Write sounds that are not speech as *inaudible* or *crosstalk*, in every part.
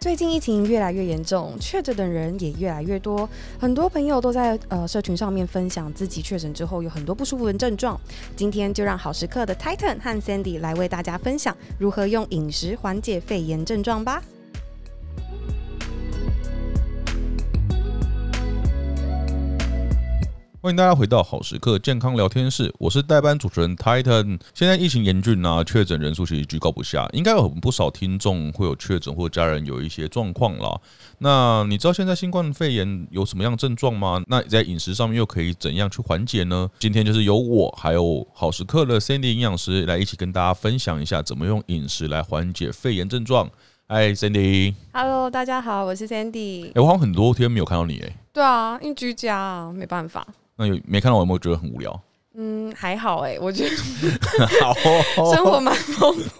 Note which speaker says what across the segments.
Speaker 1: 最近疫情越来越严重，确诊的人也越来越多，很多朋友都在呃社群上面分享自己确诊之后有很多不舒服的症状。今天就让好时刻的 Titan 和 Sandy 来为大家分享如何用饮食缓解肺炎症状吧。
Speaker 2: 欢迎大家回到好时刻健康聊天室，我是代班主持人 Titan。现在疫情严峻啊，确诊人数其实居高不下，应该有很不少听众会有确诊或家人有一些状况啦。那你知道现在新冠肺炎有什么样的症状吗？那在饮食上面又可以怎样去缓解呢？今天就是由我还有好时刻的 Sandy 营养师来一起跟大家分享一下，怎么用饮食来缓解肺炎症状。嗨，Sandy，
Speaker 1: Hello，大家好，我是 Sandy
Speaker 2: 哎、。我好像很多天没有看到你哎、
Speaker 1: 对啊，因为居家啊，没办法。
Speaker 2: 那有没看到我有没有觉得很无聊？
Speaker 1: 嗯，还好 *laughs* 哎、我觉得
Speaker 2: *laughs* 好哦、
Speaker 1: 生活蛮丰富。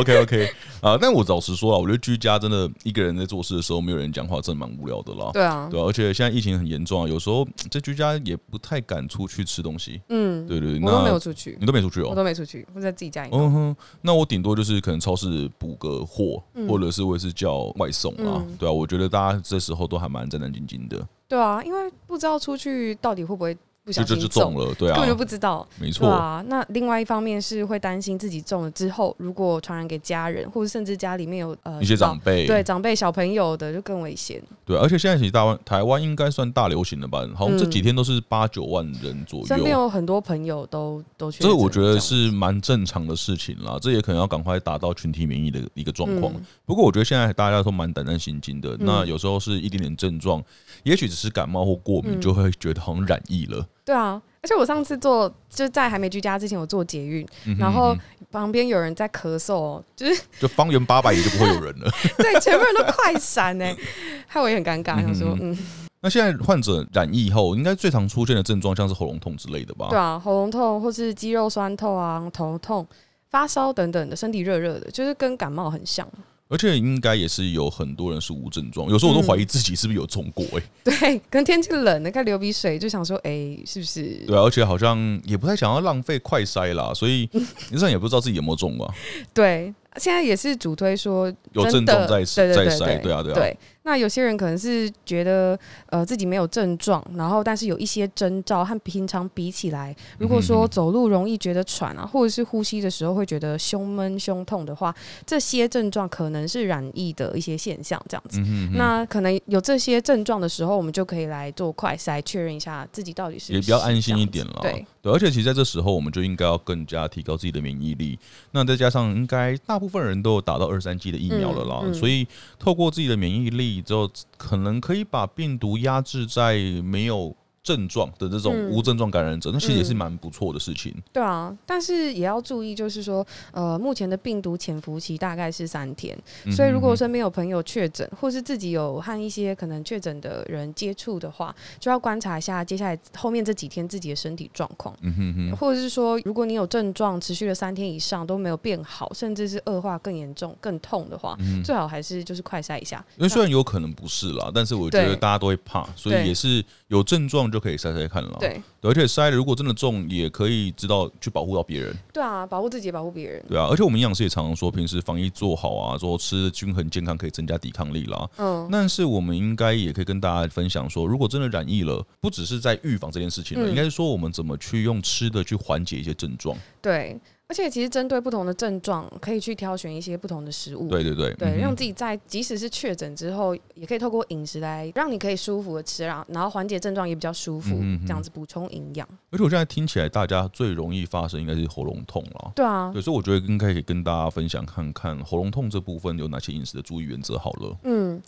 Speaker 2: OK OK 啊，但我老实说啊，我觉得居家真的一个人在做事的时候，没有人讲话，真的蛮无聊的啦。
Speaker 1: 对啊，
Speaker 2: 对啊，而且现在疫情很严重啊，有时候在居家也不太敢出去吃东西。
Speaker 1: 嗯，
Speaker 2: 对对，对
Speaker 1: 我都没有
Speaker 2: 那
Speaker 1: 出去，
Speaker 2: 你都没出去
Speaker 1: 我
Speaker 2: 哦。
Speaker 1: 都没出去，我在自己家里弄。
Speaker 2: 嗯哼，那我顶多就是可能超市补个货，或者是我也是叫外送啦。
Speaker 1: 嗯
Speaker 2: 对啊，我觉得大家这时候都还蛮战战兢兢的，
Speaker 1: 对啊，因为不知道出去到底会不会不
Speaker 2: 就
Speaker 1: 小
Speaker 2: 就
Speaker 1: 心
Speaker 2: 就
Speaker 1: 中
Speaker 2: 中，了。对
Speaker 1: 根
Speaker 2: 啊
Speaker 1: 本，就不知道。
Speaker 2: 没
Speaker 1: 对
Speaker 2: 错。
Speaker 1: 啊，那另外一方面是会担心自己中了之后，如果传染给家人，或者甚至家里面有呃
Speaker 2: 一些长
Speaker 1: 长
Speaker 2: 辈哦
Speaker 1: 对长辈、小朋友的，就更危险。
Speaker 2: 对，啊而且现在其实台湾台湾应该算大流行了吧？好像这几天都是八九万人左右。
Speaker 1: 身边有很多朋友都都确诊，
Speaker 2: 这我觉得是蛮正常的事情啦，这也可能要赶快达到群体免疫的一个状况。
Speaker 1: 嗯
Speaker 2: 不过我觉得现在大家都蛮胆战心惊的，那
Speaker 1: 嗯
Speaker 2: 有时候是一点点症状，也许只是感冒或过敏，
Speaker 1: 嗯
Speaker 2: 就会觉得好像染疫了。
Speaker 1: 对啊。而且我上次做就在还没居家之前，我做捷运，
Speaker 2: 嗯哼
Speaker 1: 然后
Speaker 2: 嗯哼
Speaker 1: 旁边有人在咳嗽、哦， *laughs* 就是
Speaker 2: 就方圆八百里就不会有
Speaker 1: *laughs*
Speaker 2: 人了。
Speaker 1: 对全部人都快闪呢、 *laughs* 害我也很尴尬，想说嗯，
Speaker 2: 那现在患者染疫后，应该最常出现的症状像是喉咙痛之类的吧？
Speaker 1: 对啊，喉咙痛或是肌肉酸痛啊、头痛、发烧等等的，身体热热的，就是跟感冒很像。
Speaker 2: 而且应该也是有很多人是无症状，有时候我都怀疑自己是不是有中过哎、欸
Speaker 1: *laughs* 对，可能天气冷了，该流鼻水，就想说，哎、是不是？
Speaker 2: 对啊，而且好像也不太想要浪费快筛啦，
Speaker 1: *laughs*
Speaker 2: 所以你这样也不知道自己有没有中啊。
Speaker 1: 对，现在也是主推说
Speaker 2: 有
Speaker 1: 真
Speaker 2: 症
Speaker 1: 的
Speaker 2: 状在
Speaker 1: 对对
Speaker 2: 在
Speaker 1: 对
Speaker 2: 筛，对啊，对啊。
Speaker 1: 对，那有些人可能是觉得，呃，自己没有症状，然后但是有一些征兆，和平常比起来，如果
Speaker 2: 嗯哼
Speaker 1: 说
Speaker 2: 哼
Speaker 1: 走路容易觉得喘啊，或者是呼吸的时候会觉得胸闷、胸痛的话，这些症状可能是染疫的一些现象，这样子。
Speaker 2: 嗯哼哼
Speaker 1: 那可能有这些症状的时候，我们就可以来做快筛，确认一下自己到底是
Speaker 2: 也
Speaker 1: 不
Speaker 2: 比
Speaker 1: 是
Speaker 2: 较安心一
Speaker 1: 这样
Speaker 2: 点
Speaker 1: 子
Speaker 2: 了。
Speaker 1: 对，
Speaker 2: 而且其实在这时候，我们就应该要更加提高自己的免疫力。那再加上，应该大部分人都有打到二三剂的疫苗了啦，
Speaker 1: 嗯嗯
Speaker 2: 所以透过自己的免疫力之后，可能可以把病毒压制在没有。症状的这种
Speaker 1: 嗯
Speaker 2: 无症状感染者，那其实也是
Speaker 1: 嗯
Speaker 2: 蛮不错的事情。
Speaker 1: 对啊，但是也要注意，就是说，呃，目前的病毒潜伏期大概是三天，
Speaker 2: 嗯
Speaker 1: 所以如果
Speaker 2: 哼
Speaker 1: 身边有朋友确诊，或是自己有和一些可能确诊的人接触的话，就要观察一下接下来后面这几天自己的身体状况。
Speaker 2: 嗯哼哼，
Speaker 1: 或者是说，如果你有症状持续了三天以上都没有变好，甚至是恶化更严重、更痛的话，
Speaker 2: 嗯哼
Speaker 1: 最好还是就是快筛一下。
Speaker 2: 因为虽然有可能不是啦，但是我觉得
Speaker 1: 对
Speaker 2: 大家都会怕，所以
Speaker 1: 对
Speaker 2: 也是有症状就可以筛筛看了。
Speaker 1: 对
Speaker 2: 对，而且筛了如果真的中，也可以知道去保护到别人。
Speaker 1: 对啊，保护自己，保护别人。
Speaker 2: 对啊，而且我们营养师也常常说，平时防疫做好啊，说吃均衡健康可以增加抵抗力啦。
Speaker 1: 嗯，
Speaker 2: 但是我们应该也可以跟大家分享说，如果真的染疫了，不只是在预防这件事情
Speaker 1: 嗯
Speaker 2: 了，应该是说我们怎么去用吃的去缓解一些症状。
Speaker 1: 对。而且其实针对不同的症状，可以去挑选一些不同的食物。
Speaker 2: 对对对，
Speaker 1: 对，
Speaker 2: 嗯
Speaker 1: 让
Speaker 2: 哼
Speaker 1: 自己在即使是确诊之后，也可以透过饮食来让你可以舒服的吃，然后然后缓解症状也比较舒服，
Speaker 2: 嗯哼哼
Speaker 1: 这样子补充营养。
Speaker 2: 而且我现在听起来，大家最容易发生应该是喉咙痛了。
Speaker 1: 对啊，
Speaker 2: 对，所以我觉得应该可以跟大家分享看看喉咙痛这部分有哪些饮食的注意原则好了。
Speaker 1: 嗯，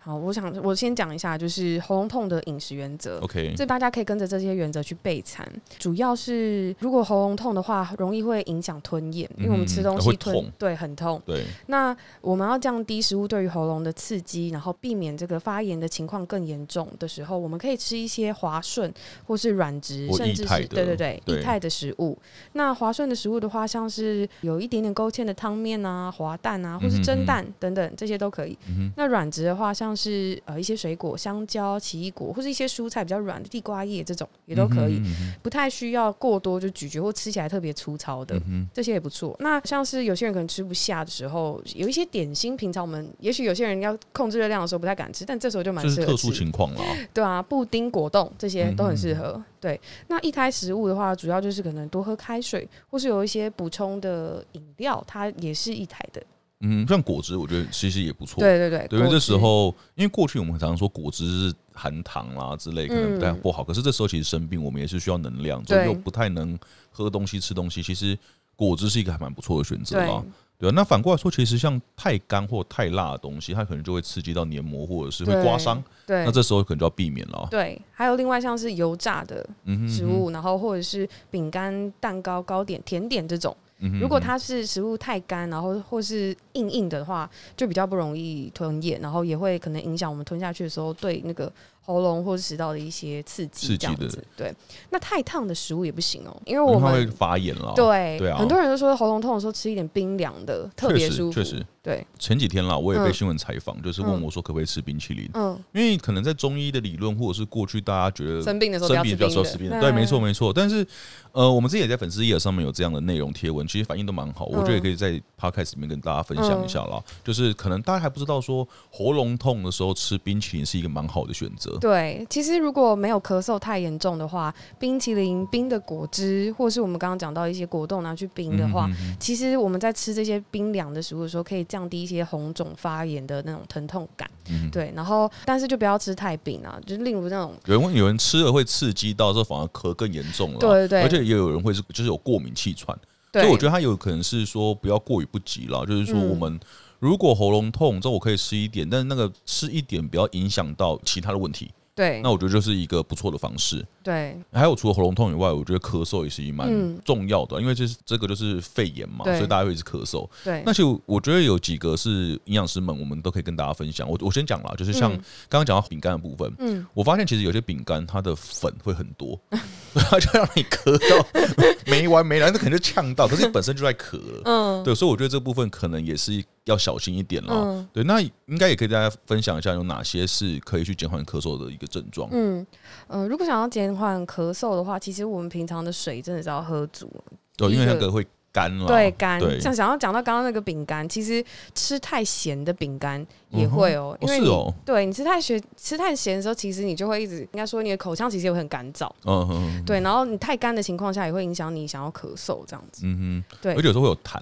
Speaker 1: 好，我想我先讲一下，就是喉咙痛的饮食原则。
Speaker 2: OK，
Speaker 1: 这大家可以跟着这些原则去备餐，主要是如果喉咙痛的话，容易会影响吞咽，因为我们吃
Speaker 2: 嗯
Speaker 1: 东
Speaker 2: 会
Speaker 1: 西吞、
Speaker 2: 痛
Speaker 1: 对很痛，
Speaker 2: 对，
Speaker 1: 那我们要降低食物对于喉咙的刺激，然后避免这个发炎的情况更严重的时候，我们可以吃一些滑顺或是软质，
Speaker 2: 或
Speaker 1: 甚
Speaker 2: 液
Speaker 1: 至
Speaker 2: 态
Speaker 1: 是
Speaker 2: 的
Speaker 1: 对对对
Speaker 2: 对
Speaker 1: 液态的食物。那滑顺的食物的话，像是有一点点勾芡的汤面啊、滑蛋啊，或
Speaker 2: 嗯
Speaker 1: 是
Speaker 2: 哼
Speaker 1: 蒸
Speaker 2: 哼
Speaker 1: 蛋等等，这些都可以。
Speaker 2: 嗯哼
Speaker 1: 那软质的话，像像是呃一些水果，香蕉、奇异果，或是一些蔬菜比较软的地瓜叶这种也都可以，
Speaker 2: 嗯哼
Speaker 1: 不太需要过多就咀嚼或吃起来特别粗糙的。
Speaker 2: 嗯哼
Speaker 1: 这些也不错。那像是有些人可能吃不下的时候，有一些点心，平常我们也许有些人要控制热量的时候不太敢吃，但这时候就蛮
Speaker 2: 这
Speaker 1: 适
Speaker 2: 是
Speaker 1: 合
Speaker 2: 特殊
Speaker 1: 吃。
Speaker 2: 情况啦。
Speaker 1: 对啊，布丁、果冻这些
Speaker 2: 嗯
Speaker 1: 都很适合。对，那一胎食物的话，主要就是可能多喝开水，或是有一些补充的饮料，它也是一台的。
Speaker 2: 嗯，像果汁，我觉得其实也不错。
Speaker 1: 对对对，
Speaker 2: 对，因为
Speaker 1: 果
Speaker 2: 这
Speaker 1: 汁
Speaker 2: 时候，因为过去我们常说果汁是含糖啦之类，可能不太
Speaker 1: 嗯
Speaker 2: 不好。可是这时候其实生病，我们也是需要能量，所以
Speaker 1: 对
Speaker 2: 又不太能喝东西、吃东西。其实果汁是一个还蛮不错的选择
Speaker 1: 对
Speaker 2: 啦。对啊，那反过来说，其实像太干或太辣的东西，它可能就会刺激到黏膜，或者是会
Speaker 1: 对
Speaker 2: 刮伤。
Speaker 1: 对
Speaker 2: 那这时候可能就要避免了。
Speaker 1: 对，还有另外像是油炸的
Speaker 2: 嗯哼
Speaker 1: 食物，然后或者是饼干、蛋糕、糕点、甜点这种。
Speaker 2: 嗯
Speaker 1: 如果它是食物太干，然后或是硬硬的话，就比较不容易吞咽，然后也会可能影响我们吞下去的时候对那个喉咙或是食道的一些刺
Speaker 2: 刺
Speaker 1: 激。
Speaker 2: 激
Speaker 1: 这样
Speaker 2: 的
Speaker 1: 子，对。那太烫的食物也不行哦、因为
Speaker 2: 因为
Speaker 1: 我
Speaker 2: 它会
Speaker 1: 们
Speaker 2: 发炎了。，
Speaker 1: 对
Speaker 2: 对啊
Speaker 1: 很多人都说喉咙痛的时候吃一点冰凉的特
Speaker 2: 确
Speaker 1: 别
Speaker 2: 实
Speaker 1: 舒服，
Speaker 2: 确实。
Speaker 1: 对，
Speaker 2: 前几天啦，我也被
Speaker 1: 嗯
Speaker 2: 新闻采访，就是问我说可不可以吃冰淇淋，
Speaker 1: 嗯，
Speaker 2: 因为可能在中医的理论，或者是过去大家觉得
Speaker 1: 生病的时候不
Speaker 2: 生
Speaker 1: 要
Speaker 2: 病
Speaker 1: 吃
Speaker 2: 比较
Speaker 1: 冰
Speaker 2: 少
Speaker 1: 的，嗯
Speaker 2: 吃冰的，对，没错没错。但是，呃，我们自己也在粉丝页上面有这样的内容贴文，其实反应都蛮好，我
Speaker 1: 嗯
Speaker 2: 觉得也可以在 podcast 里面跟大家分享一下啦。就是可能大家还不知道说喉咙痛的时候吃冰淇淋是一个蛮好的选 *laughs* 择。
Speaker 1: 对，其实如果没有咳嗽太严重的话，冰淇淋、冰的果汁，或是我们刚刚讲到一些果冻拿去冰的话，
Speaker 2: 嗯哼
Speaker 1: 其实我们在吃这些冰凉的食物的时候，可以降低一些红肿发炎的那种疼痛感。
Speaker 2: 嗯哼
Speaker 1: 对，然后但是就不要吃太冰啊，就例如那种
Speaker 2: 有人问有人吃了会刺激到，这反而咳更严重了。
Speaker 1: 对对对
Speaker 2: 而且也有人会是就是有过敏气喘，所
Speaker 1: 对，
Speaker 2: 以我觉得它有可能是说不要过于不及了，就是说
Speaker 1: 嗯
Speaker 2: 我们如果喉咙痛，这我可以吃一点，但是那个吃一点不要影响到其他的问题，
Speaker 1: 对
Speaker 2: 那我觉得就是一个不错的方式。
Speaker 1: 对
Speaker 2: 还有除了喉咙痛以外，我觉得咳嗽也是蛮
Speaker 1: 嗯
Speaker 2: 重要的，因为这是这个就是肺炎嘛，
Speaker 1: 对
Speaker 2: 所以大家会一直咳嗽。
Speaker 1: 对
Speaker 2: 那，其实我觉得有几个是营养师们我们都可以跟大家分享。我我先讲啦，就是像
Speaker 1: 嗯
Speaker 2: 刚刚讲到饼干的部分，
Speaker 1: 嗯，
Speaker 2: 我发现其实有些饼干它的粉会很多， *laughs* 对，它就让你咳
Speaker 1: *laughs*
Speaker 2: 到没完没了，那可能就呛到，可是你本身就在咳了。
Speaker 1: 嗯，
Speaker 2: 对，所以我觉得这部分可能也是要小心一点啦。
Speaker 1: 嗯
Speaker 2: 对，那应该也可以大家分享一下有哪些是可以去减缓咳嗽的一个症状。
Speaker 1: 嗯，呃，如果想要减缓咳嗽的话，其实我们平常的水真的是要喝足，
Speaker 2: 对，因为
Speaker 1: 一个
Speaker 2: 那个会干啦。
Speaker 1: 对干
Speaker 2: 啊对。。
Speaker 1: 像想要讲到刚刚那个饼干，其实吃太咸的饼干也会哦，
Speaker 2: 哦
Speaker 1: 因为
Speaker 2: 是
Speaker 1: 你
Speaker 2: 哦，
Speaker 1: 对你吃太咸吃太咸的时候，其实你就会一直应该说你的口腔其实也会很干燥，
Speaker 2: 嗯哼，
Speaker 1: 对，然后你太干的情况下也会影响你想要咳嗽这样子，
Speaker 2: 嗯哼，
Speaker 1: 对
Speaker 2: 而且有时候会有痰，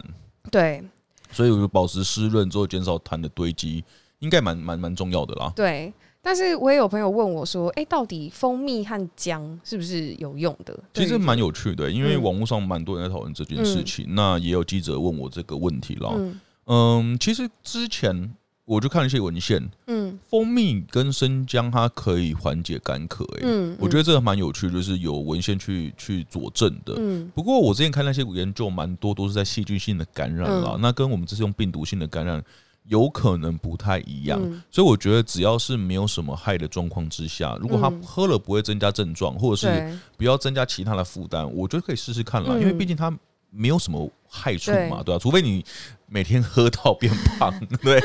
Speaker 1: 对
Speaker 2: 所以我觉得保持湿润之后减少痰的堆积，应该蛮蛮蛮重要的啦。
Speaker 1: 对。但是我也有朋友问我说，哎、到底蜂蜜和姜是不是有用的？
Speaker 2: 其
Speaker 1: 对
Speaker 2: 实
Speaker 1: 于
Speaker 2: 蛮有趣的，因为
Speaker 1: 嗯
Speaker 2: 网络上蛮多人在讨论这件事情，那也有记者问我这个问题啦。
Speaker 1: 嗯
Speaker 2: 嗯，其实之前我就看了一些文献，
Speaker 1: 嗯
Speaker 2: 蜂蜜跟生姜它可以缓解干咳、欸，
Speaker 1: 嗯，
Speaker 2: 我觉得这个蛮有趣，就是有文献去去佐证的。
Speaker 1: 嗯
Speaker 2: 不过我之前看那些研究，蛮多都是在细菌性的感染啦，
Speaker 1: 嗯
Speaker 2: 那跟我们这次用病毒性的感染有可能不太一样。
Speaker 1: 嗯
Speaker 2: 所以我觉得，只要是没有什么害的状况之下，如果他
Speaker 1: 嗯
Speaker 2: 喝了不会增加症状，或者是
Speaker 1: 对
Speaker 2: 不要增加其他的负担，我觉得可以试试看啦。
Speaker 1: 嗯
Speaker 2: 因为毕竟它没有什么害处嘛，
Speaker 1: 对
Speaker 2: 对吧、除非你每天喝到变胖， *laughs* 对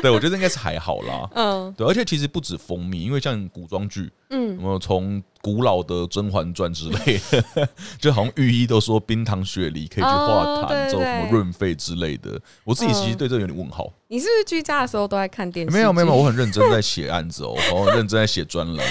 Speaker 2: 对，我觉得应该是还好啦。
Speaker 1: 嗯
Speaker 2: 对，而且其实不止蜂蜜，因为像古装剧，有
Speaker 1: 嗯
Speaker 2: 没有从古老的《甄嬛传》之类的， *laughs* 就好像御医都说冰糖雪梨可以去化
Speaker 1: 哦对
Speaker 2: 痰，
Speaker 1: 对
Speaker 2: 之后什么
Speaker 1: 对
Speaker 2: 润肺之类的。我自己其
Speaker 1: 嗯
Speaker 2: 实对这有点问号。
Speaker 1: 你是不是居家的时候都在看电视剧？
Speaker 2: 没有没有，没有我很认真在写案子哦，我很认真在写专栏，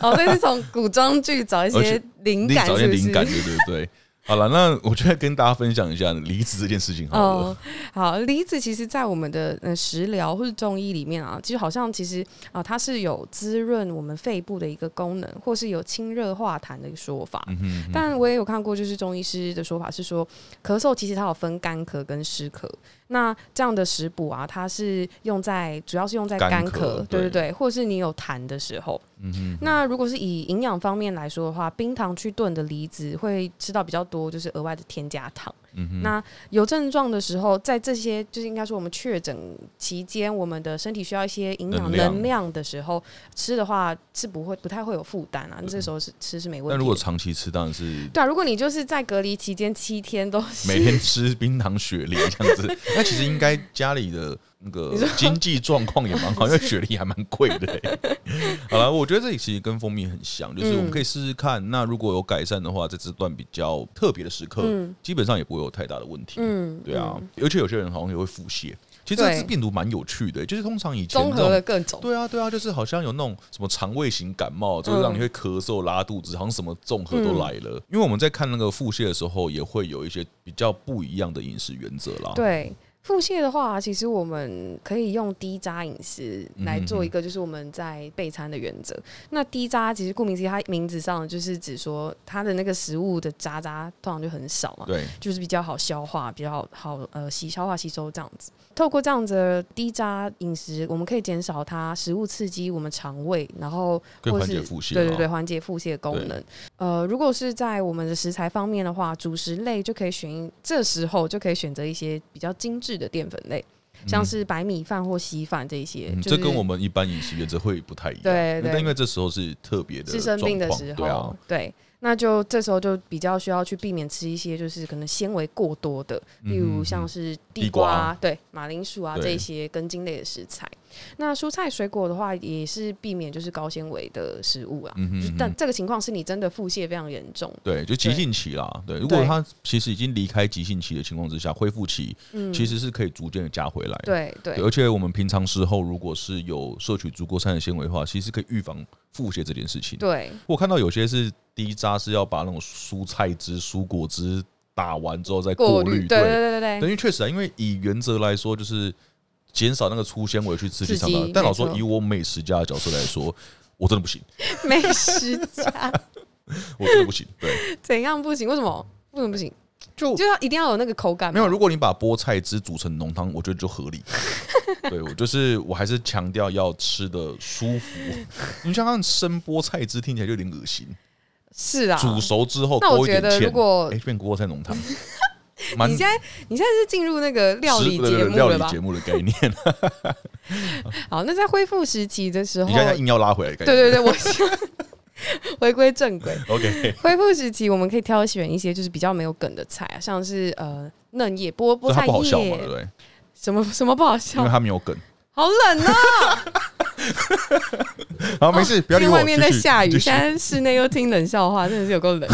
Speaker 1: 哦，所以是从古装剧找一
Speaker 2: 而
Speaker 1: 些
Speaker 2: 且
Speaker 1: 灵
Speaker 2: 你
Speaker 1: 感，
Speaker 2: 找一
Speaker 1: 是不
Speaker 2: 点
Speaker 1: 是？
Speaker 2: 灵感，对对对。好了，那我就来跟大家分享一下离职这件事情好了。
Speaker 1: 哦，好，梨子其实，在我们的呃食疗或是中医里面啊，其实好像其实啊、它是有滋润我们肺部的一个功能，或是有清热化痰的一个说法。
Speaker 2: 嗯哼嗯哼，
Speaker 1: 但我也有看过，就是中医师的说法是说，咳嗽其实它有分干咳跟湿咳。那这样的食补啊，它是用在主要是用在
Speaker 2: 干
Speaker 1: 干
Speaker 2: 咳
Speaker 1: 咳，对
Speaker 2: 对
Speaker 1: 对对，或是你有痰的时候。
Speaker 2: 嗯哼，
Speaker 1: 那如果是以营养方面来说的话，冰糖去炖的梨子会吃到比较多，就是额外的添加糖。
Speaker 2: 嗯哼，
Speaker 1: 那有症状的时候，在这些就是应该说我们确诊期间，我们的身体需要一些营
Speaker 2: 能
Speaker 1: 养
Speaker 2: 量
Speaker 1: 能量的时候，吃的话是不会不太会有负担啊。这时候是吃是没问
Speaker 2: 嗯
Speaker 1: 题的。
Speaker 2: 但如果长期吃，当然是
Speaker 1: 对啊，如果你就是在隔离
Speaker 2: *laughs*
Speaker 1: 期间七天都 *laughs*
Speaker 2: 每天吃冰糖雪梨这样子，那其实应该家里的那个经济状况也蛮好，因为雪梨还蛮贵的、
Speaker 1: *laughs*
Speaker 2: 欸。好了，我觉得这里其实跟蜂蜜很像，就是我们可以试试看。那如果有改善的话，在这段比较特别的时刻，
Speaker 1: 嗯
Speaker 2: 基本上也不会有太大的问题。
Speaker 1: 嗯，
Speaker 2: 对啊
Speaker 1: 嗯，，
Speaker 2: 而且有些人好像也会腹泻。其实这
Speaker 1: 对
Speaker 2: 支病毒蛮有趣的、就是通常以前
Speaker 3: 综
Speaker 2: 这
Speaker 3: 合了
Speaker 2: 种。
Speaker 3: 各种，
Speaker 2: 对啊，对啊，就是好像有那种什么肠胃型感冒，就是
Speaker 1: 嗯
Speaker 2: 让你会咳嗽、拉肚子，好像什么综合都来了。因为我们在看那个腹泻的时候，也会有一些比较不一样的饮食原则啦。
Speaker 1: 对。腹泻的话，其实我们可以用低渣饮食来做
Speaker 2: 嗯
Speaker 1: 一个，就是我们在备餐的原则。那低渣其实顾名思义，它名字上就是指说它的那个食物的渣渣通常就很少嘛，
Speaker 2: 对，
Speaker 1: 就是比较好消化，比较好好呃吸消化吸收这样子。透过这样子的低渣饮食，我们可以减少它食物刺激我们肠胃，然后
Speaker 2: 可以
Speaker 1: 或
Speaker 2: 缓
Speaker 1: 是
Speaker 2: 解腹泻。哦
Speaker 1: 对对对，，缓解腹泻的功能。呃，如果是在我们的食材方面的话，主食类就可以选，这时候就可以选择一些比较精致的淀粉类，像是白米饭或稀饭这一些。
Speaker 2: 嗯，
Speaker 1: 就是、
Speaker 2: 这跟我们一般饮食原则会不太一样。嗯
Speaker 1: 对对
Speaker 2: 但因为这时候是特别的
Speaker 1: 是生病的
Speaker 2: 状况
Speaker 1: 时候，
Speaker 2: 对啊，
Speaker 1: 对那就这时候就比较需要去避免吃一些就是可能纤维过多的，
Speaker 2: 嗯
Speaker 1: 例如像是地
Speaker 2: 地瓜
Speaker 1: 瓜、对马铃薯啊
Speaker 2: 对
Speaker 1: 这一些根茎类的食材。那蔬菜水果的话，也是避免就是高纤维的食物啊。
Speaker 2: 嗯哼
Speaker 1: 就
Speaker 2: 嗯哼
Speaker 1: 但这个情况是你真的腹泻非常严重，
Speaker 2: 对，就急
Speaker 1: 对
Speaker 2: 性期啦。对，如果
Speaker 1: 对
Speaker 2: 他其实已经离开急性期的情况之下，恢复期
Speaker 1: 嗯，
Speaker 2: 其实是可以逐渐的加回来的。
Speaker 1: 对对
Speaker 2: 对，而且我们平常时候如果是有摄取足够膳食纤维的话，其实可以预防腹泻这件事情。
Speaker 1: 对
Speaker 2: 我看到有些是低渣，是要把那种蔬菜汁、蔬果汁打完之后再过滤。
Speaker 1: 对对对对
Speaker 2: 等
Speaker 1: 对，
Speaker 2: 于确实啊，因为以原则来说，就是减少那个粗纤维去刺激肠
Speaker 1: 刺
Speaker 2: 道
Speaker 1: 激。
Speaker 2: 但老
Speaker 1: 没
Speaker 2: 说，
Speaker 1: 错
Speaker 2: 以我美食家的角色来说，我真的不行，
Speaker 1: 美食家
Speaker 2: 我真的不行。对，
Speaker 1: 怎样不行？为什么？为什么不
Speaker 2: *laughs*
Speaker 1: 行？*laughs*
Speaker 2: 就
Speaker 1: 就要一定要有那个口感吗，
Speaker 2: 没有。如果你把菠菜汁煮成浓汤，我觉得就
Speaker 1: *laughs*
Speaker 2: 合理。对我就是，我还是强调要吃的舒服。你想想，生菠菜汁听起来就有点恶心，
Speaker 1: 是啊。
Speaker 2: 煮熟之后
Speaker 1: 那我
Speaker 2: 勾一点
Speaker 1: 觉得
Speaker 2: 芡，
Speaker 1: 如果
Speaker 2: 哎，变菠菜浓汤，
Speaker 1: *laughs*
Speaker 2: 蛮
Speaker 1: 你现在你现在是进入那个料理
Speaker 2: 食对对
Speaker 1: 节
Speaker 2: 对
Speaker 1: 目
Speaker 2: 料
Speaker 1: 了
Speaker 2: 理
Speaker 1: 吧
Speaker 2: 节？目的概念。
Speaker 1: 好，那在恢复时期的时候
Speaker 2: 你，现在硬要拉回来的概
Speaker 1: 对
Speaker 2: 念。
Speaker 1: 对对，我想 *laughs* 回归正轨。
Speaker 2: OK，
Speaker 1: 恢复时期，我们可以挑选一些就是比较没有梗的菜啊，像是呃嫩叶、菠 *laughs*
Speaker 2: 所
Speaker 1: 菠
Speaker 2: 以它
Speaker 1: 菜
Speaker 2: 不好笑嘛，对不
Speaker 1: 叶，
Speaker 2: 对？
Speaker 1: 什么什么不好
Speaker 2: 因
Speaker 1: 笑
Speaker 2: 为，它没有梗。
Speaker 1: 好冷啊！
Speaker 2: 好，没事，不要理
Speaker 1: 因
Speaker 2: 我。
Speaker 1: 为外面在
Speaker 2: 继续
Speaker 1: 下雨，
Speaker 2: 继续
Speaker 1: 现在室内又听冷笑话，真的是有够
Speaker 2: *laughs*
Speaker 1: 冷。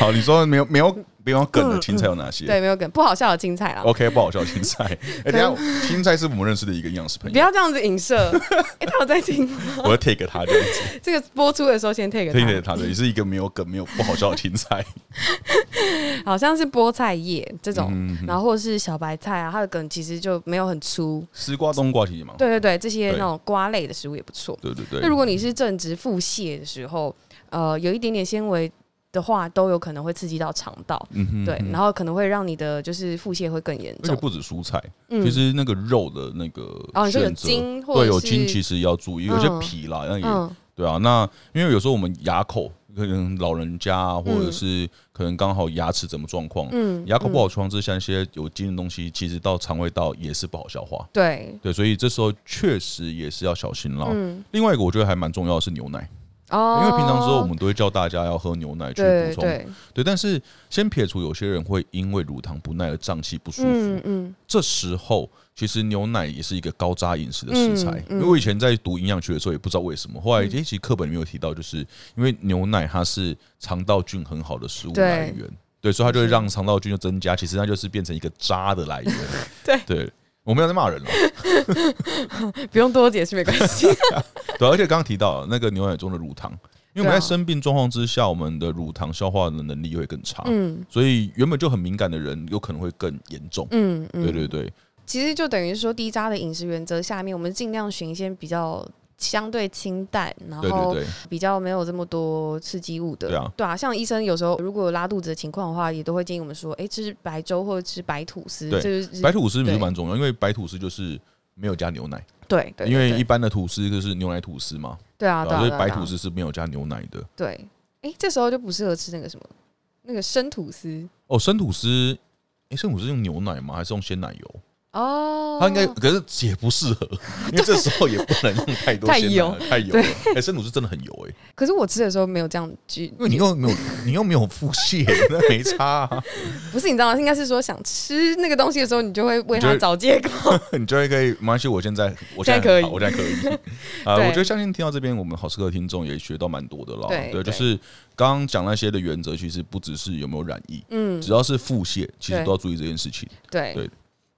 Speaker 2: 好，你说没有没有没有梗的青菜有哪些？
Speaker 1: 嗯对，没有梗，不好笑的青菜啊。
Speaker 2: OK，不好笑青菜。哎、等一下青菜是我们认识的一个营养师朋
Speaker 1: 不
Speaker 2: 友，
Speaker 1: 要这样子影射，哎、他有在听吗？
Speaker 2: 我要 take 他这样子
Speaker 1: 这个播出的时候先 take 他 *laughs*
Speaker 2: ，take 他的也是一个没有梗、没有不好笑的青菜。
Speaker 1: 好像是菠菜叶这种，
Speaker 2: 嗯
Speaker 1: 然后或是小白菜啊，它的梗其实就没有很粗。
Speaker 2: *laughs* 丝瓜、冬瓜其实嘛，
Speaker 1: 对对对，这些
Speaker 2: 对
Speaker 1: 那种瓜类的食物也不错。
Speaker 2: 对哦对
Speaker 1: 那如
Speaker 2: 对，
Speaker 1: 果你是正值腹泻的时候，呃，有一点点纤维的话，都有可能会刺激到肠道，
Speaker 2: 嗯哼
Speaker 1: 对，然后可能会让你的就是腹泻会更严
Speaker 2: 而且
Speaker 1: 重。
Speaker 2: 不止蔬菜，
Speaker 1: 嗯
Speaker 2: 其实那个肉的那个
Speaker 1: 哦，你说有
Speaker 2: 选择，
Speaker 1: 筋或者
Speaker 2: 对，
Speaker 1: 是
Speaker 2: 有筋其实要注意，有
Speaker 1: 嗯
Speaker 2: 些皮啦，那也、
Speaker 1: 嗯
Speaker 2: 对啊。那因为有时候我们牙口，可能老人家啊或者是可能刚好牙齿怎么状况，
Speaker 1: 嗯
Speaker 2: 牙口不
Speaker 1: 好，
Speaker 2: 好的情况之下，一些有筋的东西其实到肠胃道也是不好消化。
Speaker 1: 对，
Speaker 2: 对，所以这时候确实也是要小心啦。
Speaker 1: 嗯，
Speaker 2: 另外一个我觉得还蛮重要的是牛奶，
Speaker 1: 哦
Speaker 2: 哦因，为平常时候我们都会叫大家要喝牛奶去
Speaker 1: 对
Speaker 2: 补
Speaker 1: 哦
Speaker 2: 充，
Speaker 1: 对，
Speaker 2: 对但是先撇除有些人会因为乳糖不耐而胀气不舒服，
Speaker 1: 嗯嗯，
Speaker 2: 这时候其实牛奶也是一个高渣饮食的食
Speaker 1: 嗯
Speaker 2: 材。
Speaker 1: 嗯嗯
Speaker 2: 因为我以前在读营养学的时候也不知道为什么，后来一期课本里面有提到，就是因为牛奶它是肠道菌很好的食物
Speaker 1: 对。
Speaker 2: 来源，对，所以它就会让肠道菌就增加，其实那就是变成一个渣的来源
Speaker 1: *laughs* 对
Speaker 2: 对，我没有在骂人啊了。
Speaker 1: 不用多解释没关
Speaker 2: *laughs*
Speaker 1: 系。
Speaker 2: 对，啊而且刚刚提到了那个牛奶中的乳糖，因为我
Speaker 1: 对啊
Speaker 2: 们在生病状况之下，我们的乳糖消化的能力会更差，
Speaker 1: 嗯
Speaker 2: 所以原本就很敏感的人有可能会更严重。
Speaker 1: 嗯嗯，
Speaker 2: 对对对，
Speaker 1: 其实就等于说低渣的饮食原则下面，我们尽量选一些比较相对清淡，然
Speaker 2: 对对
Speaker 1: 后
Speaker 2: 对，
Speaker 1: 比较没有这么多刺激物的。
Speaker 2: 对啊
Speaker 1: 像医生有时候如果有拉肚子的情况的话，也都会建议我们说，哎，吃白粥或者吃白吐司，
Speaker 2: 对
Speaker 1: 就是
Speaker 2: 白吐司
Speaker 1: 对
Speaker 2: 就蛮重要，因为白吐司就是没有加牛奶，
Speaker 1: 对对，
Speaker 2: 因为
Speaker 1: 对
Speaker 2: 一般的吐司就是牛奶吐司嘛，
Speaker 1: 对啊
Speaker 2: 对
Speaker 1: 对
Speaker 2: 吧
Speaker 1: 啊，
Speaker 2: 所以
Speaker 1: 对啊
Speaker 2: 白
Speaker 1: 对啊
Speaker 2: 吐司是没有加牛奶的。
Speaker 1: 对，哎，这时候就不适合吃那个什么那个生吐司
Speaker 2: 哦，生吐司，诶，生吐司用牛奶吗？还是用鲜奶油？
Speaker 1: 哦，
Speaker 2: 他应该可是也不适
Speaker 1: *laughs*
Speaker 2: 合，因为这时候也不能用太多
Speaker 1: 太
Speaker 2: 鲜奶
Speaker 1: 油
Speaker 2: 了，太油了。哎、生乳是真的很油哎、
Speaker 1: 可是我吃的时候没有这样去，
Speaker 2: 因为你又没有你又没有腹泻，那没差、啊，
Speaker 1: 不是你知道吗？应该是说想吃那个东西的时候，你就会为
Speaker 2: 你
Speaker 1: 它
Speaker 2: 就
Speaker 1: 找借
Speaker 2: *laughs*
Speaker 1: 口。
Speaker 2: 你就会可以没关系。我现在我
Speaker 1: 现在
Speaker 2: 现在
Speaker 1: 可以
Speaker 2: 很好我现在可以
Speaker 1: *laughs*
Speaker 2: 啊。
Speaker 1: 对
Speaker 2: 我觉得相信听到这边，我们好吃客听众也学到蛮多的啦。
Speaker 1: 对对
Speaker 2: 就是刚刚讲那些的原则，其实不只是有没有染疫，
Speaker 1: 嗯，
Speaker 2: 只要是腹泻，其实
Speaker 1: 对
Speaker 2: 都要注意这件事情。
Speaker 1: 对，
Speaker 2: 对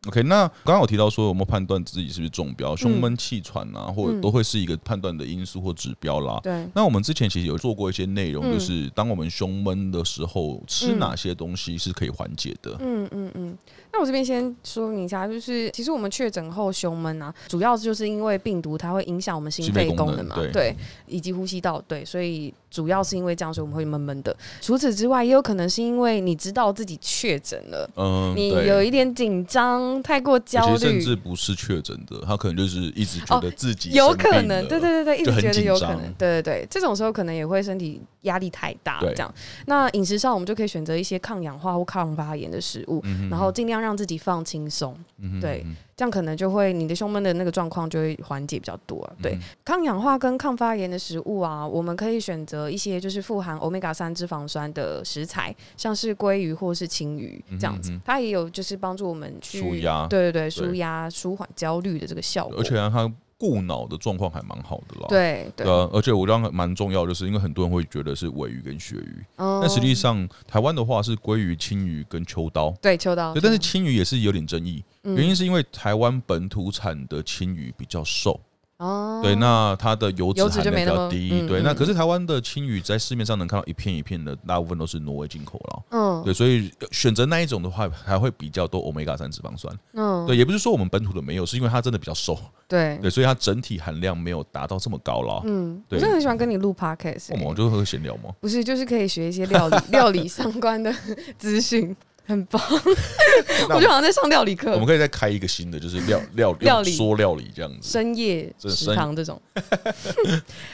Speaker 2: OK，那刚刚有提到说有没有判断自己是不是中标，胸闷气喘啊，或者
Speaker 1: 嗯
Speaker 2: 都会是一个判断的因素或指标啦。
Speaker 1: 对，
Speaker 2: 那我们之前其实有做过一些内容，
Speaker 1: 嗯
Speaker 2: 就是当我们胸闷的时候，吃
Speaker 1: 嗯
Speaker 2: 哪些东西是可以缓解的。
Speaker 1: 嗯嗯嗯。那我这边先说明一下，就是其实我们确诊后胸闷啊，主要就是因为病毒它会影响我们心
Speaker 2: 心
Speaker 1: 肺
Speaker 2: 肺功
Speaker 1: 功
Speaker 2: 能
Speaker 1: 能嘛，嗯
Speaker 2: 对
Speaker 1: 以及呼吸道，对，所以主要是因为这样，所以我们会闷闷的。除此之外，也有可能是因为你知道自己确诊了，
Speaker 2: 嗯，
Speaker 1: 你
Speaker 2: 对
Speaker 1: 有一点紧张，太过焦
Speaker 2: 其实甚
Speaker 1: 虑，哦
Speaker 2: 至不是确诊的，他可能就是一直觉得自己、
Speaker 1: 有可能，对。对对对，一
Speaker 2: 就
Speaker 1: 直
Speaker 2: 很
Speaker 1: 觉得
Speaker 2: 紧
Speaker 1: 有可
Speaker 2: 张
Speaker 1: 能，对对对，这种时候可能也会身体压力太大，
Speaker 2: 对
Speaker 1: 这样。那饮食上我们就可以选择一些抗氧化或抗发炎的食物，然后尽量让自己放轻松，
Speaker 2: 嗯
Speaker 1: 对，这样可能就会你的胸闷的那个状况就会缓解比较多啊、
Speaker 2: 嗯
Speaker 1: 对，抗氧化跟抗发炎的食物啊，我们可以选择一些就是富含欧米伽三脂肪酸的食材，像是鲑鱼或是青鱼
Speaker 2: 嗯
Speaker 1: 这样子，它也有就是帮助我们去
Speaker 2: 舒压
Speaker 1: 嗯对对对，舒压、舒缓焦虑的这个效果，
Speaker 2: 而且他顾脑的状况还蛮好的啦。
Speaker 1: 对对
Speaker 2: 对啊，而且我觉得蛮重要，就是因为很多人会觉得是尾鱼跟鳕鱼，
Speaker 1: 嗯
Speaker 2: 但实际上台湾的话是鲑鱼、青鱼跟秋刀。
Speaker 1: 对秋刀
Speaker 2: 对，，但是青鱼也是有点争议，
Speaker 1: 嗯
Speaker 2: 原因是因为台湾本土产的青鱼比较瘦，
Speaker 1: 哦，
Speaker 2: 对，那它的油脂
Speaker 1: 油脂
Speaker 2: 含
Speaker 1: 就
Speaker 2: 量
Speaker 1: 没
Speaker 2: 比
Speaker 1: 那
Speaker 2: 较
Speaker 1: 么
Speaker 2: 低，
Speaker 1: 嗯
Speaker 2: 对。
Speaker 1: 嗯
Speaker 2: 那可是台湾的青鱼在市面上能看到一片一片的，大部分都是挪威进口了。
Speaker 1: 嗯
Speaker 2: 对，所以选择那一种的话，还会比较多欧米伽三脂肪酸。
Speaker 1: 嗯
Speaker 2: 对，也不是说我们本土的没有，是因为它真的比较瘦，
Speaker 1: 对
Speaker 2: 对，所以它整体含量没有达到这么高了。
Speaker 1: 嗯，我
Speaker 2: 对
Speaker 1: 真的很喜欢跟你录 podcast，
Speaker 2: 我
Speaker 1: 欸
Speaker 2: 们就会闲聊
Speaker 1: *laughs*
Speaker 2: 嘛。
Speaker 1: 不是就是可以学一些料理 *laughs* 料理相关的资讯，很棒，
Speaker 2: *laughs* 那
Speaker 1: 我就好像在上料理课
Speaker 2: 我们，可以再开一个新的，就是料料
Speaker 1: *laughs* 料理
Speaker 2: 说料理这样子。
Speaker 1: 深夜
Speaker 2: 这
Speaker 1: 食
Speaker 2: 深
Speaker 1: 堂这种。 *laughs*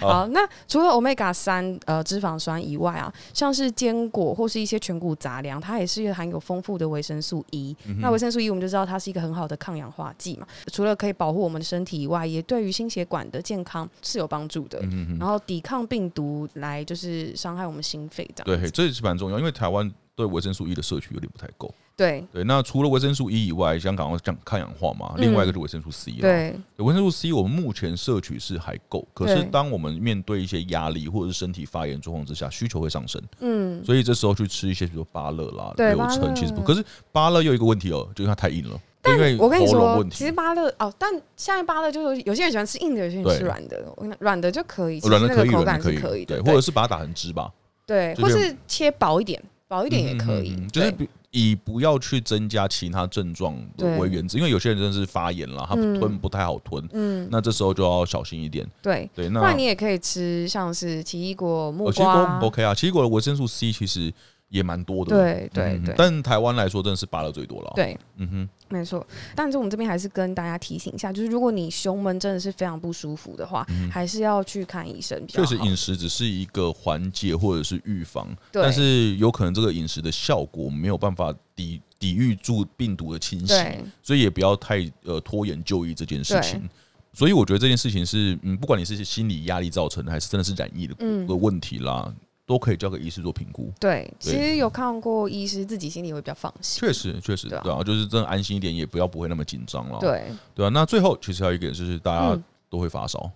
Speaker 1: 好，那除了 omega 三呃脂肪酸以外啊，像是坚果或是一些全谷杂粮，它也是含有丰富的维生素 E。那维生素 E 我们就知道它是一个很好的抗氧化剂嘛，除了可以保护我们的身体以外，也对于心血管的健康是有帮助的。然后抵抗病毒来就是伤害我们心肺这样
Speaker 2: 对，
Speaker 1: 子。
Speaker 2: 这也是蛮重要，因为台湾对维生素 E 的摄取有点不太够。
Speaker 1: 对
Speaker 2: 对，那除了维生素 E 以外，像刚刚讲抗氧化嘛，另外一个就是维生素 C 了。
Speaker 1: 嗯对
Speaker 2: 对维生素 C 我们目前摄取是还够，可是
Speaker 1: 对
Speaker 2: 当我们面对一些压力或者是身体发炎状况之下，需求会上升，
Speaker 1: 嗯，
Speaker 2: 所以这时候去吃一些比如说芭乐啦、
Speaker 1: 对
Speaker 2: 柳
Speaker 1: 芭乐
Speaker 2: 橙，其实不，可是芭乐又有一个问题哦，就是它太硬了，因为
Speaker 1: 我跟你
Speaker 2: 喉咙
Speaker 1: 说
Speaker 2: 问，
Speaker 1: 其实
Speaker 2: 题，
Speaker 1: 芭乐哦，但现在芭乐就是有些人喜欢吃硬的，有些人
Speaker 2: 对
Speaker 1: 吃软的。我跟你讲软的就可以，其实
Speaker 2: 软的
Speaker 1: 那
Speaker 2: 可
Speaker 1: 个
Speaker 2: 以，
Speaker 1: 口
Speaker 2: 软
Speaker 1: 感
Speaker 2: 的
Speaker 1: 是
Speaker 2: 可
Speaker 1: 以
Speaker 2: 对，
Speaker 1: 的，
Speaker 2: 或者是把它打成汁吧，
Speaker 1: 对，
Speaker 2: 就
Speaker 1: 或
Speaker 2: 是
Speaker 1: 是切薄一点，薄一点也可以
Speaker 2: 嗯嗯嗯嗯，就
Speaker 1: 对
Speaker 2: 是不以不要去增加其他症状
Speaker 1: 对
Speaker 2: 为原则，因为有些人真的是发炎了，他
Speaker 1: 嗯
Speaker 2: 吞不太好吞，
Speaker 1: 嗯，
Speaker 2: 那这时候就要小心一点。
Speaker 1: 对。
Speaker 2: 对，
Speaker 1: 不
Speaker 2: 那
Speaker 1: 然你也可以吃像是奇异果、木
Speaker 2: 呃，奇异果
Speaker 1: 瓜，
Speaker 2: OK 啊，奇异果的维生素 C 其实也蛮多的，
Speaker 1: 对对
Speaker 2: 嗯
Speaker 1: 对
Speaker 2: 但台湾来说，真的是芭乐最多了。，
Speaker 1: 对，
Speaker 2: 嗯哼，
Speaker 1: 没错。但是我们这边还是跟大家提醒一下，就是如果你胸闷真的是非常不舒服的话，还是要去看医生比较
Speaker 2: 嗯确
Speaker 1: 好。
Speaker 2: 实饮食只是一个缓解或者是预防，
Speaker 1: 对
Speaker 2: 但是有可能这个饮食的效果没有办法抵抵御住病毒的侵袭，
Speaker 1: 对
Speaker 2: 所以也不要太呃拖延就医这件事
Speaker 1: 对
Speaker 2: 情。所以我觉得这件事情是，嗯，不管你是心理压力造成的，还是真的是染疫的、
Speaker 1: 嗯
Speaker 2: 的问题啦，都可以交给医师做评估。
Speaker 1: 对，其实有看过医师，自己心里会比较放心。
Speaker 2: 确实，确实，
Speaker 1: 对啊
Speaker 2: 对啊，就是真的安心一点，也不要不会那么紧张了。
Speaker 1: 对，
Speaker 2: 对啊，那最后其实还有一点就是大家
Speaker 1: 嗯
Speaker 2: 都会发烧，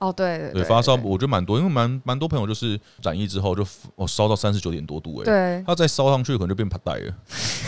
Speaker 1: 哦，对对
Speaker 2: 对
Speaker 1: 对，
Speaker 2: 发烧
Speaker 1: 对
Speaker 2: 我觉得蛮多，因为蛮蛮多朋友就是染疫之后就哦烧到三十九点多度哎、
Speaker 1: 对，
Speaker 2: 他再烧上去可能就变怕带了， *laughs*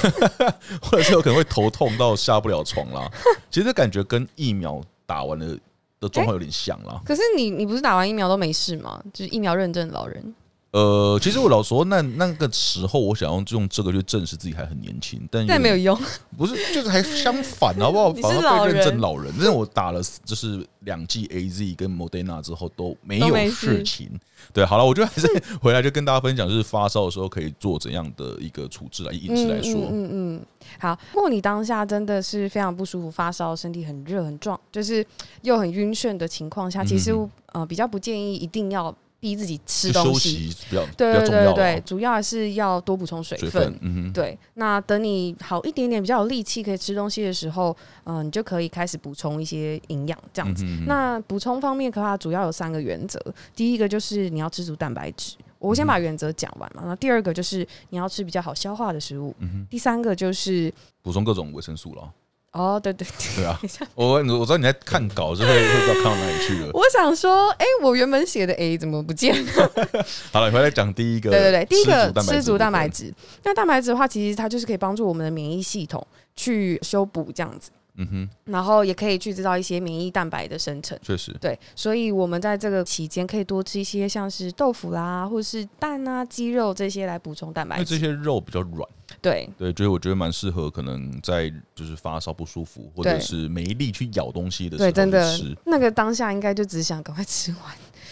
Speaker 2: 或者是有可能会头痛到下不了床啦。其实这感觉跟疫苗打完了的状况有点像啦。
Speaker 1: 可是你你不是打完疫苗都没事吗？就是疫苗认证老人。
Speaker 2: 呃，其实我老说那那个时候我想要用这个去证实自己还很年轻，但
Speaker 1: 但没有
Speaker 2: 点
Speaker 1: 用，
Speaker 2: 不是就是还相反
Speaker 1: *laughs*
Speaker 2: 好不好？
Speaker 1: 你是
Speaker 2: 反而被认证
Speaker 1: 老人
Speaker 2: 老人，因为我打了就是两剂 A Z 跟 Moderna 之后都没
Speaker 1: 都
Speaker 2: 有
Speaker 1: 没
Speaker 2: 事
Speaker 1: 事
Speaker 2: 情。对，好了，我觉得还是回来就跟大家分享，就是发烧的时候可以做怎样的一个处置来饮食来说。
Speaker 1: 嗯嗯嗯嗯，好。如果你当下真的是非常不舒服，发烧，身体很热很壮，就是又很晕眩的情况下，其实、
Speaker 2: 嗯
Speaker 1: 呃比较不建议一定要逼自己吃
Speaker 2: 就
Speaker 1: 东
Speaker 2: 休
Speaker 1: 西。
Speaker 2: 息比较比
Speaker 1: 对
Speaker 2: 较
Speaker 1: 对
Speaker 2: 重要
Speaker 1: 对
Speaker 2: 啦，
Speaker 1: 对，主要还是要多补充水
Speaker 2: 水
Speaker 1: 分。
Speaker 2: 分，嗯哼，
Speaker 1: 对，那等你好一点点，比较有力气可以吃东西的时候，嗯、你就可以开始补充一些营养这样子。
Speaker 2: 嗯哼
Speaker 1: 那补充方面的话，主要有三个原则。第一个就是你要吃足蛋白质，我先
Speaker 2: 嗯
Speaker 1: 把原则讲完嘛。那第二个就是你要吃比较好消化的食物。
Speaker 2: 嗯哼
Speaker 1: 第三个就是
Speaker 2: 补充各种维生素了。
Speaker 1: 哦，对对 *laughs*
Speaker 2: 对啊，我我知道你在看稿，是会会不知道看到哪里去了。
Speaker 1: 我想说，哎、我原本写的 A 怎么不见了？
Speaker 2: 好了，回来讲第一个，
Speaker 1: 对对对，第一个
Speaker 2: 吃
Speaker 1: 吃足蛋白
Speaker 2: 质
Speaker 1: 质。那蛋白质的话，其实它就是可以帮助我们的免疫系统去修补这样子，
Speaker 2: 的部分，嗯哼，
Speaker 1: 然后也可以去制造一些免疫蛋白的生成。
Speaker 2: 确实，
Speaker 1: 对，所以我们在这个期间可以多吃一些像是豆腐啦，或是蛋啊、鸡肉这些来补充蛋
Speaker 2: 因
Speaker 1: 白
Speaker 2: 为这
Speaker 1: 质。
Speaker 2: 些肉比较软，
Speaker 1: 对
Speaker 2: 对，所以我觉得蛮适合，可能在就是发烧不舒服，或者
Speaker 1: 对
Speaker 2: 是没力去咬东西的时候
Speaker 1: 对，真的
Speaker 2: 去吃。，
Speaker 1: 那个当下应该就只想赶快吃完。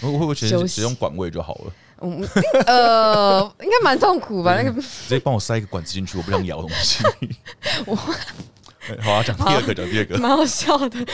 Speaker 2: 我会不会其
Speaker 1: 休
Speaker 2: 实
Speaker 1: 息
Speaker 2: 只用管味就好了？
Speaker 1: 嗯， *laughs* 呃，应该蛮痛苦吧？那个
Speaker 2: 嗯直接帮我塞一个管子进去，我不想咬东西。
Speaker 1: *laughs* 我
Speaker 2: *laughs* 哎好啊，讲第二个，讲第二个，
Speaker 1: 蛮好嗯笑的。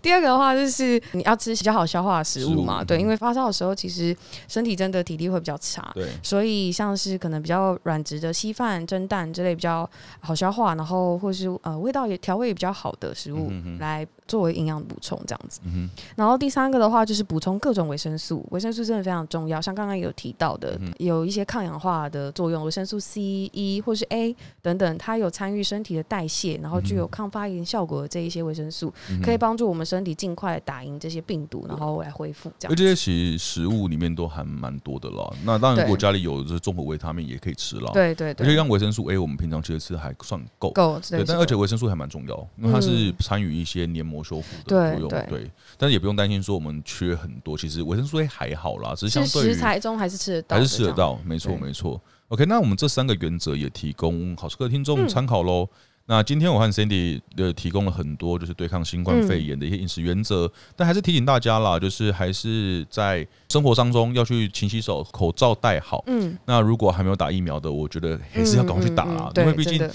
Speaker 1: 第二个的话就是你要吃比较好消化的食物嗯嘛，
Speaker 2: 食物
Speaker 1: 对，因为发烧的时候其实身体真的体力会比较差，
Speaker 2: 对，
Speaker 1: 所以像是可能比较软质的稀饭、蒸蛋之类比较好消化，然后或是呃味道也调味也比较好的食物
Speaker 2: 嗯哼哼
Speaker 1: 来作为营养补充这样子。
Speaker 2: 嗯
Speaker 1: 然后第三个的话就是补充各种维生素，维生素真的非常重要，像刚刚有提到
Speaker 2: 嗯
Speaker 1: 的，有一些抗氧化的作用，维生素 C、E 或是 A 等等，它有参与身体的代谢，然后具有抗发炎效果的这一些维生素，
Speaker 2: 哼，
Speaker 1: 可以
Speaker 2: 嗯嗯哼。
Speaker 1: 帮助我们身体尽快地打赢这些病毒，然后来恢复这
Speaker 2: 因
Speaker 1: 样
Speaker 2: 为。这些其实食物里面都还蛮多的啦。那当然，如果
Speaker 1: 对
Speaker 2: 家里有这综合维他命也可以吃啦。
Speaker 1: 对对
Speaker 2: 哦而且
Speaker 1: 对，
Speaker 2: 像维生素 A，我们平常其实吃还算够。
Speaker 1: 够
Speaker 2: 对，但而且维生素还蛮重要，因为它是参与一些黏膜修复的
Speaker 1: 嗯对
Speaker 2: 作用。
Speaker 1: 对
Speaker 2: 对，但是也不用担心说我们缺很多，其实维生素 A 还好啦，只是
Speaker 1: 是
Speaker 2: 相对
Speaker 1: 食
Speaker 2: 于
Speaker 1: 材中还是吃得到，
Speaker 2: 还是吃得。到，没错
Speaker 1: 对
Speaker 2: 没错。OK，那我们这三个原则也提供好吃客听
Speaker 1: 嗯
Speaker 2: 众参考喽。那今天我和 Cindy 呃提供了很多就是对抗新
Speaker 1: 嗯
Speaker 2: 冠肺炎的一些饮食原则，但还是提醒大家啦，就是还是在生活当中要去勤洗手，口罩戴好。
Speaker 1: 嗯，
Speaker 2: 那如果还没有打疫苗的，我觉得还是要赶快去打
Speaker 1: 嗯嗯
Speaker 2: 啦
Speaker 1: 嗯，
Speaker 2: 因
Speaker 1: 对
Speaker 2: 为毕
Speaker 1: 真
Speaker 2: 竟
Speaker 1: 的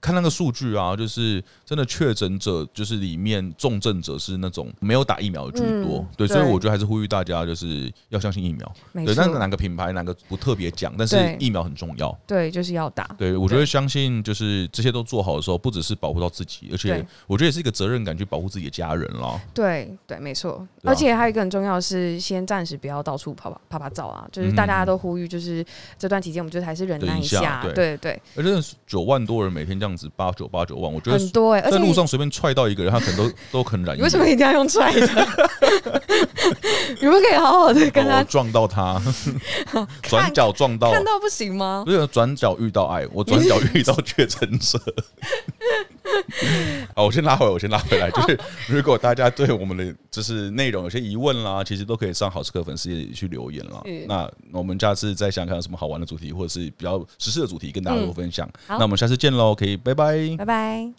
Speaker 2: 看那个数据啊，就是真的确诊者，就是里面重症者是那种没有打疫苗的居多，
Speaker 1: 嗯
Speaker 2: 对，所以
Speaker 1: 对
Speaker 2: 我觉得还是呼吁大家就是要相信疫苗，
Speaker 1: 没
Speaker 2: 对，但是
Speaker 1: 错，
Speaker 2: 哪个品牌哪个不特别讲，但是
Speaker 1: 对
Speaker 2: 疫苗很重要，
Speaker 1: 对，就是要打。
Speaker 2: 对我觉得相信就是这些都做好的时候，不只是保护到自己，而且
Speaker 1: 对
Speaker 2: 我觉得也是一个责任感去保护自己的家人啦，
Speaker 1: 对对，没错。
Speaker 2: 对啊
Speaker 1: 而且还有一个很重要的是，先暂时不要到处跑跑拍拍照啊，就是大家都呼吁，就是这段期间我们就还是忍耐
Speaker 2: 嗯等一下
Speaker 1: 下。
Speaker 2: 对
Speaker 1: 对对，
Speaker 2: 而且九万多人每天这样子八九八九万，我觉得
Speaker 1: 很多哎、而
Speaker 2: 在
Speaker 1: 且
Speaker 2: 路
Speaker 1: 你
Speaker 2: 上随便踹到一个人，他可能都都可能染疫
Speaker 1: *laughs* 你为什么一定要用踹的？ *laughs* 你们可以好好的跟
Speaker 2: 哦
Speaker 1: 他
Speaker 2: 我撞到
Speaker 1: *laughs*
Speaker 2: 他， *laughs* 转角撞到，
Speaker 1: 看到不行吗？
Speaker 2: 不是转角遇到爱，我转角遇到确诊者。 *laughs* 好，我先拉回来，我先拉回来。就是如果大家对我们的就是内容有些疑问啦，其实都可以上好吃客粉丝页去留言啦
Speaker 1: 是。
Speaker 2: 那我们下次再想想看有什么好玩的主题，或者是比较时事的主题跟大家做分享。
Speaker 1: 嗯好
Speaker 2: 那我们下次见喽，可以，拜拜。
Speaker 1: 拜拜。